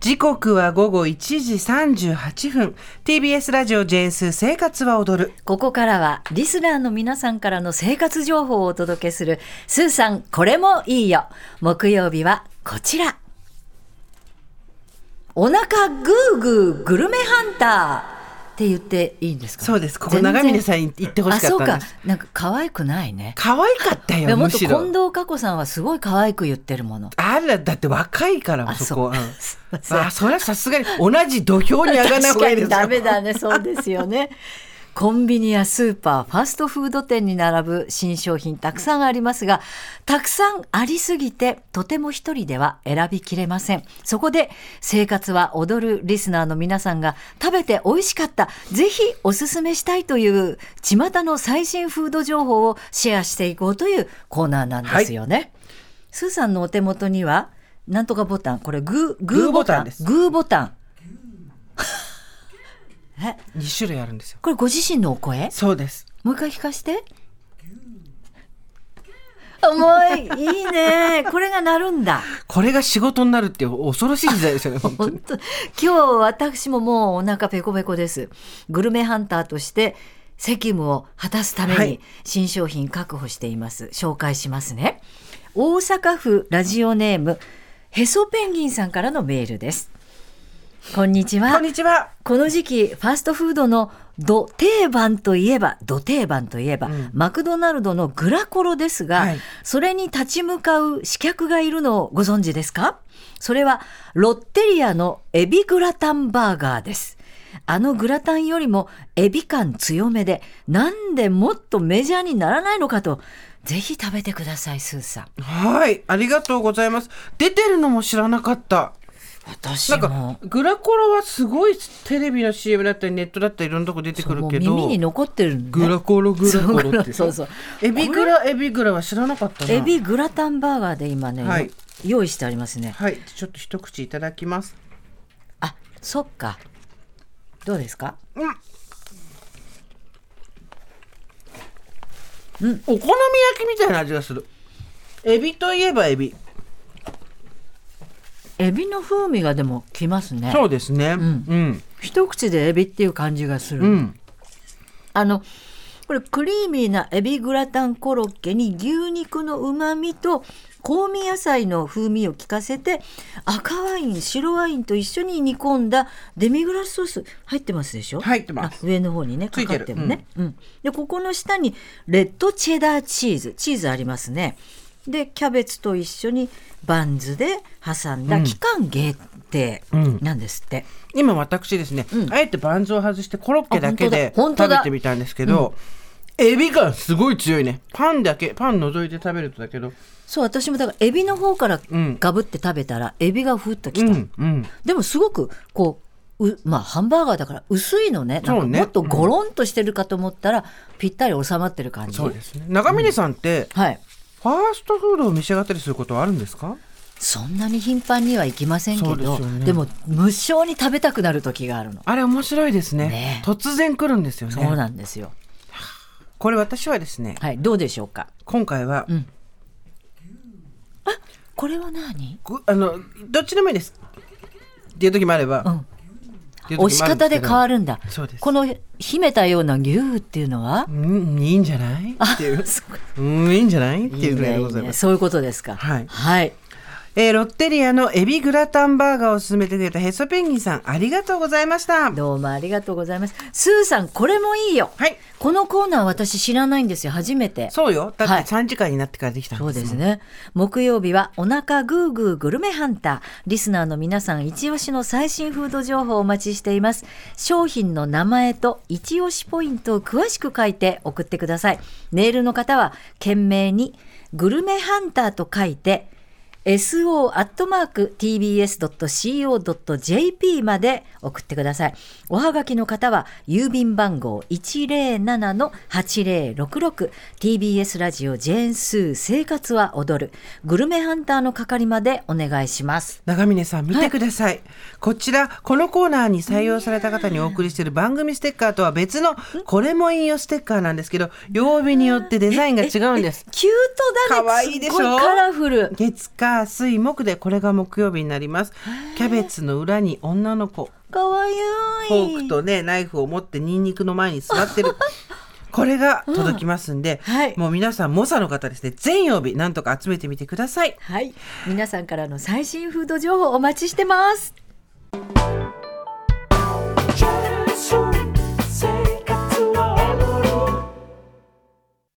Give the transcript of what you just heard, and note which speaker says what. Speaker 1: 時刻は午後1時38分 TBS ラジオ JS 生活は踊る
Speaker 2: ここからはリスナーの皆さんからの生活情報をお届けする「スーさんこれもいいよ」木曜日はこちらお腹グーグーグルメハンターって言っていいんですか
Speaker 1: そうですここ長
Speaker 2: 全然
Speaker 1: 峰さんに言ってほしかったん
Speaker 2: あ
Speaker 1: で
Speaker 2: そう
Speaker 1: す
Speaker 2: かなんか可愛くないね
Speaker 1: 可愛かった
Speaker 2: いや
Speaker 1: よ
Speaker 2: もっ
Speaker 1: む
Speaker 2: と
Speaker 1: し
Speaker 2: 近
Speaker 1: ろ
Speaker 2: 藤佳子さんはすごい可愛く言ってるもの
Speaker 1: あらだって若いから
Speaker 2: あ
Speaker 1: もそこは うん
Speaker 2: そうそう
Speaker 1: まあそれはさすがに同じ土俵に上がらない
Speaker 2: 確
Speaker 1: 方が
Speaker 2: か
Speaker 1: いいで
Speaker 2: に
Speaker 1: すよ
Speaker 2: ダメだねそうです よねコンビニやスーパーファストフード店に並ぶ新商品たくさんありますがたくさんありすぎてとても一人では選びきれませんそこで「生活は踊る」リスナーの皆さんが食べて美味しかったぜひおすすめしたいという巷の最新フード情報をシェアしていこうというコーナーなんですよね、スーさんのお手元にはなんとかボタンこれグーグーボタ
Speaker 1: グーボタ
Speaker 2: ン
Speaker 1: ンです
Speaker 2: グーボタンえ
Speaker 1: 二種類あるんですよ
Speaker 2: これご自身のお声
Speaker 1: そうです
Speaker 2: もう一回聞か してあもういいねこれが鳴るんだ
Speaker 1: これが仕事になるっていう恐ろしい時代ですよね本当に
Speaker 2: 本当今日私ももうお腹ペコペコですグルメハンターとして責務を果たすため
Speaker 1: は
Speaker 2: に
Speaker 1: い
Speaker 2: 新商品確保しています、紹介しますね大阪府ラジオネームへそペンギンさんからのメールですこんにちは
Speaker 1: こんにちは
Speaker 2: この時期ファストフードのど定番といえばど定番といえば、
Speaker 1: うん
Speaker 2: マクドナルドのグラコロですが、
Speaker 1: はい
Speaker 2: それに立ち向かう刺客がいるのをご存知ですかそれはロッテリアのエビグラタンバーガーですあのグラタンよりもエビ感強めでなんでもっとメジャーにならないのかとぜひ食べてくださいスーさん
Speaker 1: はいありがとうございます出てるのも知らなかった
Speaker 2: 私
Speaker 1: なん
Speaker 2: も
Speaker 1: かグラコロはすごいテレビの CM だったりネットだったりいろんなとこ出てくる
Speaker 2: もう
Speaker 1: けど
Speaker 2: 耳に残ってるん
Speaker 1: グラコログラコロって
Speaker 2: そうそう
Speaker 1: エビグラエビグラは知らなかったな
Speaker 2: エビグラタンバーガーで今ね、
Speaker 1: はい
Speaker 2: 用意してありますね。
Speaker 1: はいちょっと一口いただきます
Speaker 2: あ、そっか。どうですか？
Speaker 1: お好み焼きみたいな味がするエビといえばエビ
Speaker 2: エビの風味がでもきますね。
Speaker 1: そうですねうんうん、
Speaker 2: 一口でエビっていう感じがする。あのこれクリーミーなエビグラタンコロッケに牛肉のうまみと香味野菜の風味を効かせて赤ワイン白ワインと一緒に煮込んだデミグラスソース入ってますでしょ
Speaker 1: 入ってます
Speaker 2: あ上の方にね
Speaker 1: つ
Speaker 2: か
Speaker 1: い
Speaker 2: か
Speaker 1: て
Speaker 2: っ
Speaker 1: る
Speaker 2: てるねうん、でここの下にレッドチェダーチーズチーズありますねでキャベツと一緒にバンズで挟んだ期間限定なんですって、
Speaker 1: 今私ですね、あえてバンズを外してコロッケだけで
Speaker 2: あ本当だ本当
Speaker 1: 食
Speaker 2: だ
Speaker 1: べてみたんですけど、エビ感すごい強いねパンだけパン覗いて食べるとだけど
Speaker 2: そう私もだからエビの方から
Speaker 1: ん
Speaker 2: ガブって食べたら、エビがふっとき
Speaker 1: う
Speaker 2: た、
Speaker 1: んうん
Speaker 2: でもすごくこううまあハンバーガーだから薄いのねなん
Speaker 1: そ
Speaker 2: か
Speaker 1: うね
Speaker 2: もっとゴロンとしてるかと思ったら、ぴったり収まってる感じ
Speaker 1: そうですね長峰さんって、
Speaker 2: はい
Speaker 1: ファーストフードを召し上がったりすることはあるんですか
Speaker 2: そんなに頻繁にはいきませんけ
Speaker 1: そうです
Speaker 2: ど
Speaker 1: よ
Speaker 2: で,、
Speaker 1: ね
Speaker 2: も無性に食べたくなる時があるの、
Speaker 1: あれ面白いですね
Speaker 2: ね
Speaker 1: 突然来るんですよ
Speaker 2: そう
Speaker 1: ね
Speaker 2: なんですよ
Speaker 1: これ私はですね
Speaker 2: はいどうでしょうか
Speaker 1: 今回は、
Speaker 2: んこれは何
Speaker 1: ぐあのどっちでもいいですっていう時もあれば、
Speaker 2: ん
Speaker 1: っていう時もあるんですけど
Speaker 2: 押し方で変わるんだ
Speaker 1: そうです
Speaker 2: この秘めたような牛っていうのは
Speaker 1: うんいいんじゃないっていう
Speaker 2: そう
Speaker 1: うんいいんじゃないって
Speaker 2: い
Speaker 1: い
Speaker 2: いう
Speaker 1: ぐらい
Speaker 2: ね
Speaker 1: で
Speaker 2: い
Speaker 1: ご
Speaker 2: い
Speaker 1: ざいます
Speaker 2: ねそういうことですか
Speaker 1: はい
Speaker 2: はい
Speaker 1: えーロッテリアのエビグラタンバーガーを勧めてくれたヘソペンギンさんありがとうございましたは
Speaker 2: どうもありがとうございます。スーさん、これもいいよ。
Speaker 1: い
Speaker 2: このコーナー私知らないんですよ。初めて。
Speaker 1: そうよだ
Speaker 2: は
Speaker 1: っ
Speaker 2: い
Speaker 1: て3時間になってからできたんです
Speaker 2: そ
Speaker 1: も
Speaker 2: うんですね。木曜日はお腹グーグーグルメハンター。リスナーの皆さん、一押しの最新フード情報をお待ちしています。商品の名前と一押しポイントを詳しく書いて送ってください。メールの方は、懸命にグルメハンターと書いて、so.tbs.co.jp まで送ってください。おはがきの方は、郵便番号 107-8066TBS ラジオジェーンスー生活は踊るグルメハンターの係までお願いします。
Speaker 1: 長峰さん見てください、こちらこのコーナーに採用された方にお送りしている番組ステッカーとは別のこれもいいよステッカーなんですけど曜日によってデザインが違うんです
Speaker 2: キュートだね。
Speaker 1: 可愛いでしょ
Speaker 2: すっごいカラフル。
Speaker 1: 月火火水木でこれが木曜日になりますキャベツの裏に女の子
Speaker 2: かわいい
Speaker 1: フォークとねナイフを持ってニンニクの前に座って るこれが届きますんで、
Speaker 2: うんはい
Speaker 1: もう皆さん猛者の方ですね全曜日なんとか集めてみてください
Speaker 2: はい皆さんからの最新フード情報お待ちしてます